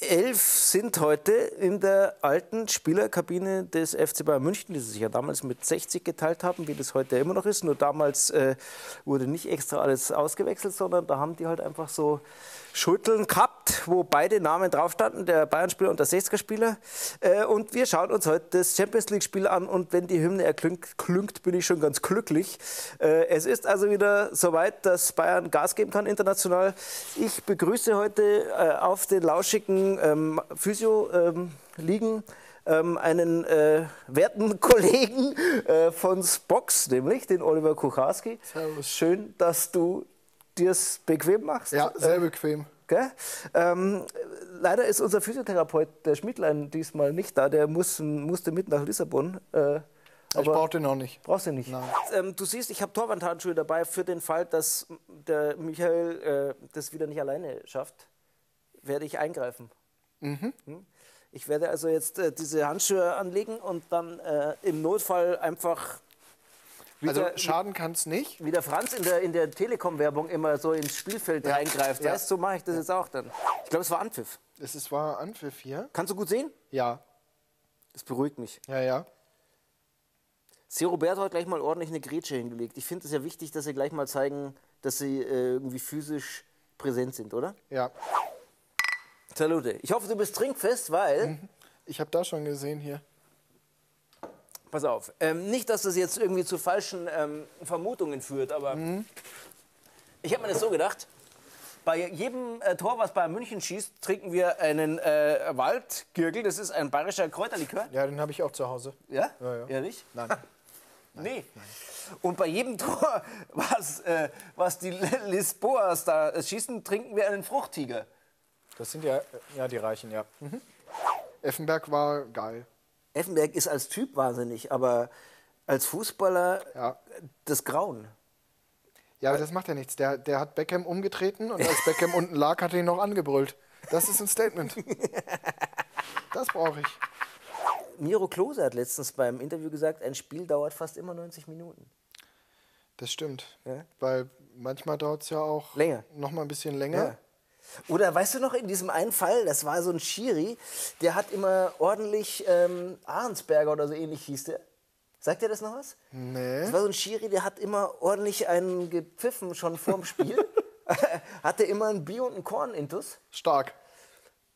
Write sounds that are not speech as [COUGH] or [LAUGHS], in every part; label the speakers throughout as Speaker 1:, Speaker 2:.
Speaker 1: elf sind heute in der alten Spielerkabine des FC Bayern München, die sie sich ja damals mit 60 geteilt haben, wie das heute immer noch ist. Nur damals äh, wurde nicht extra alles ausgewechselt, sondern da haben die halt einfach so Schütteln gehabt, wo beide Namen drauf standen, der Bayern-Spieler und der 60er-Spieler. Äh, und wir schauen uns heute das Champions League-Spiel an und wenn die Hymne erklingt, klingt, bin ich schon ganz glücklich. Äh, es ist also wieder soweit, dass Bayern Gas geben kann international. Ich begrüße heute äh, auf den lauschigen ähm, Physio ähm, liegen ähm, einen äh, werten [LAUGHS] Kollegen äh, von Spox, nämlich den Oliver Kucharski.
Speaker 2: Servus.
Speaker 1: Schön, dass du dir es bequem machst.
Speaker 2: Ja, sehr bequem.
Speaker 1: Gell? Ähm, leider ist unser Physiotherapeut, der Schmidlein, diesmal nicht da. Der muss, musste mit nach Lissabon. Äh,
Speaker 2: ich brauche den noch nicht.
Speaker 1: Brauchst du nicht. Ähm, du siehst, ich habe Torwandhandschuhe dabei für den Fall, dass der Michael äh, das wieder nicht alleine schafft, werde ich eingreifen.
Speaker 2: Mhm.
Speaker 1: Hm? Ich werde also jetzt äh, diese Handschuhe anlegen und dann äh, im Notfall einfach
Speaker 2: Also
Speaker 1: wieder-
Speaker 2: schaden kann es nicht.
Speaker 1: wie der Franz in der, in der Telekom-Werbung immer so ins Spielfeld
Speaker 2: Ja.
Speaker 1: reingreift.
Speaker 2: Ja.
Speaker 1: Weißt, du, so mache ich das jetzt auch dann. Ich glaube, es war Anpfiff.
Speaker 2: Es ist war Anpfiff hier.
Speaker 1: Kannst du gut sehen?
Speaker 2: Ja,
Speaker 1: Das beruhigt mich.
Speaker 2: ja, ja.
Speaker 1: C. Roberto hat gleich mal ordentlich eine Grätsche hingelegt. Ich finde es ja wichtig, dass sie gleich mal zeigen, dass sie äh, irgendwie physisch präsent sind, oder?
Speaker 2: ja.
Speaker 1: Salute. Ich hoffe, du bist trinkfest, weil,
Speaker 2: Mhm. Ich habe da schon gesehen hier.
Speaker 1: pass auf, ähm, nicht, dass das jetzt irgendwie zu falschen ähm, Vermutungen führt, aber
Speaker 2: Mhm.
Speaker 1: ich habe mir das so gedacht, bei jedem äh, Tor, was Bayern München schießt, trinken wir einen äh, Waldgürgel. Das ist ein bayerischer Kräuterlikör.
Speaker 2: Ja, den habe ich auch zu Hause.
Speaker 1: Ja?
Speaker 2: Ja, ja.
Speaker 1: Ehrlich?
Speaker 2: Nein.
Speaker 1: Nee. Und bei jedem Tor, was, äh, was die [LAUGHS] Lisboas da äh, schießen, trinken wir einen Fruchttiger.
Speaker 2: Das sind ja, ja die Reichen, ja. Mhm. Effenberg war geil.
Speaker 1: Effenberg ist als Typ wahnsinnig, aber als Fußballer äh,
Speaker 2: Ja.
Speaker 1: das Grauen.
Speaker 2: Ja, aber das macht ja nichts. Der, der hat Beckham umgetreten und als Beckham unten lag, hat er ihn noch angebrüllt. Das ist ein Statement. Das brauche ich.
Speaker 1: Miro Klose hat letztens beim Interview gesagt, ein Spiel dauert fast immer 90 Minuten.
Speaker 2: Das stimmt.
Speaker 1: Ja.
Speaker 2: Weil manchmal dauert es ja auch
Speaker 1: Länger.
Speaker 2: noch mal ein bisschen länger.
Speaker 1: Ja. Oder weißt du noch, in diesem einen Fall, das war so ein Schiri, der hat immer ordentlich ähm, Ahrensberger oder so ähnlich hieß der. Sagt dir das noch was?
Speaker 2: Nee.
Speaker 1: Das war so ein Schiri, der hat immer ordentlich einen gepfiffen schon vorm Spiel. [LAUGHS] Hatte immer ein Bier und ein Korn intus.
Speaker 2: Stark.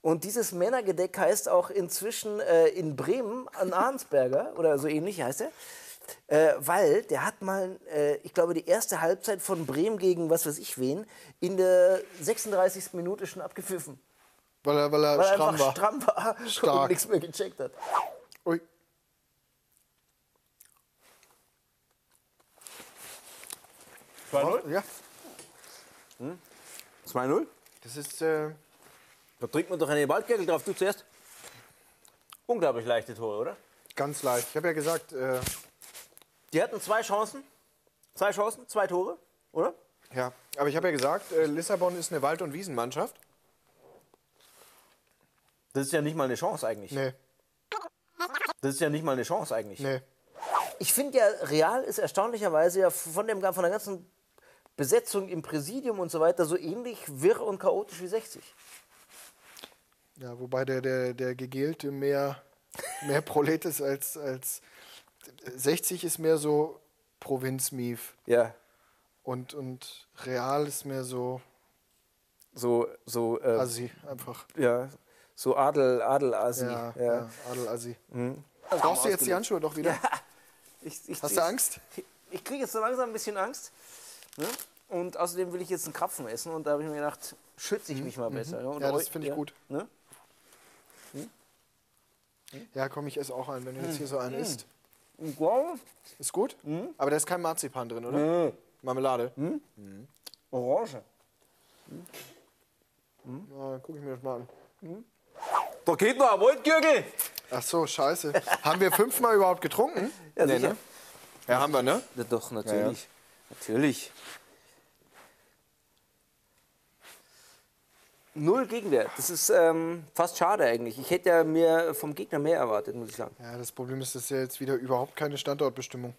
Speaker 1: Und dieses Männergedeck heißt auch inzwischen äh, in Bremen an Arnsberger [LAUGHS] oder so ähnlich heißt er. Äh, weil der hat mal, äh, ich glaube, die erste Halbzeit von Bremen gegen was weiß ich wen in der 36. Minute schon abgepfiffen.
Speaker 2: Weil er, weil er,
Speaker 1: Weil er
Speaker 2: stramm
Speaker 1: einfach
Speaker 2: war.
Speaker 1: stramm war [LAUGHS] und
Speaker 2: Stark.
Speaker 1: nichts mehr gecheckt hat.
Speaker 2: Ui. Ja,
Speaker 1: 2-0?
Speaker 2: das ist. Äh,
Speaker 1: Da trinkt man doch eine Waldgegel drauf. Du zuerst. Unglaublich leichte Tore, oder?
Speaker 2: Ganz leicht. Ich habe ja gesagt, äh,
Speaker 1: Die hatten zwei Chancen. Zwei Chancen, zwei Tore, oder?
Speaker 2: ja. Aber ich habe ja gesagt, äh, Lissabon ist eine Wald- und Wiesenmannschaft.
Speaker 1: Das ist ja nicht mal eine Chance eigentlich.
Speaker 2: Nee,
Speaker 1: Das ist ja nicht mal eine Chance eigentlich.
Speaker 2: nee.
Speaker 1: Ich finde ja, Real ist erstaunlicherweise ja von, dem, von der ganzen Besetzung im Präsidium und so weiter so ähnlich wirr und chaotisch wie 60.
Speaker 2: Ja, wobei der, der, der Gegelte mehr, mehr Prolet ist als, als. 60 ist mehr so Provinz-Mief.
Speaker 1: Ja,
Speaker 2: Und, und Real ist mehr so
Speaker 1: so, so, äh,
Speaker 2: Assi, einfach.
Speaker 1: ja, so Adel, Adel-Asi.
Speaker 2: Ja, ja. Mhm. Adel-Assi. Brauchst du jetzt die Handschuhe doch wieder?
Speaker 1: Ich, ich,
Speaker 2: Hast du Angst?
Speaker 1: Ich, ich kriege jetzt so langsam ein bisschen Angst. Ne? Und außerdem will ich jetzt einen Krapfen essen und da habe ich mir gedacht, schütze ich mich mal besser. ne? Und
Speaker 2: Ja, das
Speaker 1: eu-
Speaker 2: finde ich gut.
Speaker 1: Ne?
Speaker 2: Ja, komm, ich esse auch einen, wenn du jetzt hier so einen isst.
Speaker 1: Und Wow,
Speaker 2: Ist gut? Aber da ist kein Marzipan drin, oder? Marmelade. Mhm.
Speaker 1: Orange.
Speaker 2: Na, guck ich mir das mal an.
Speaker 1: Da geht noch ein Waldgürtel.
Speaker 2: Ach so, scheiße. [LAUGHS] haben wir fünfmal überhaupt getrunken?
Speaker 1: Ja, sicher.
Speaker 2: ne? Ja, haben wir, ne?
Speaker 1: Ja, doch, natürlich. Natürlich. Null Gegenwehr. Das ist ähm, fast schade eigentlich. Ich hätte ja mir vom Gegner mehr erwartet, muss ich sagen.
Speaker 2: Ja, das Problem ist, das ist ja jetzt wieder überhaupt keine Standortbestimmung.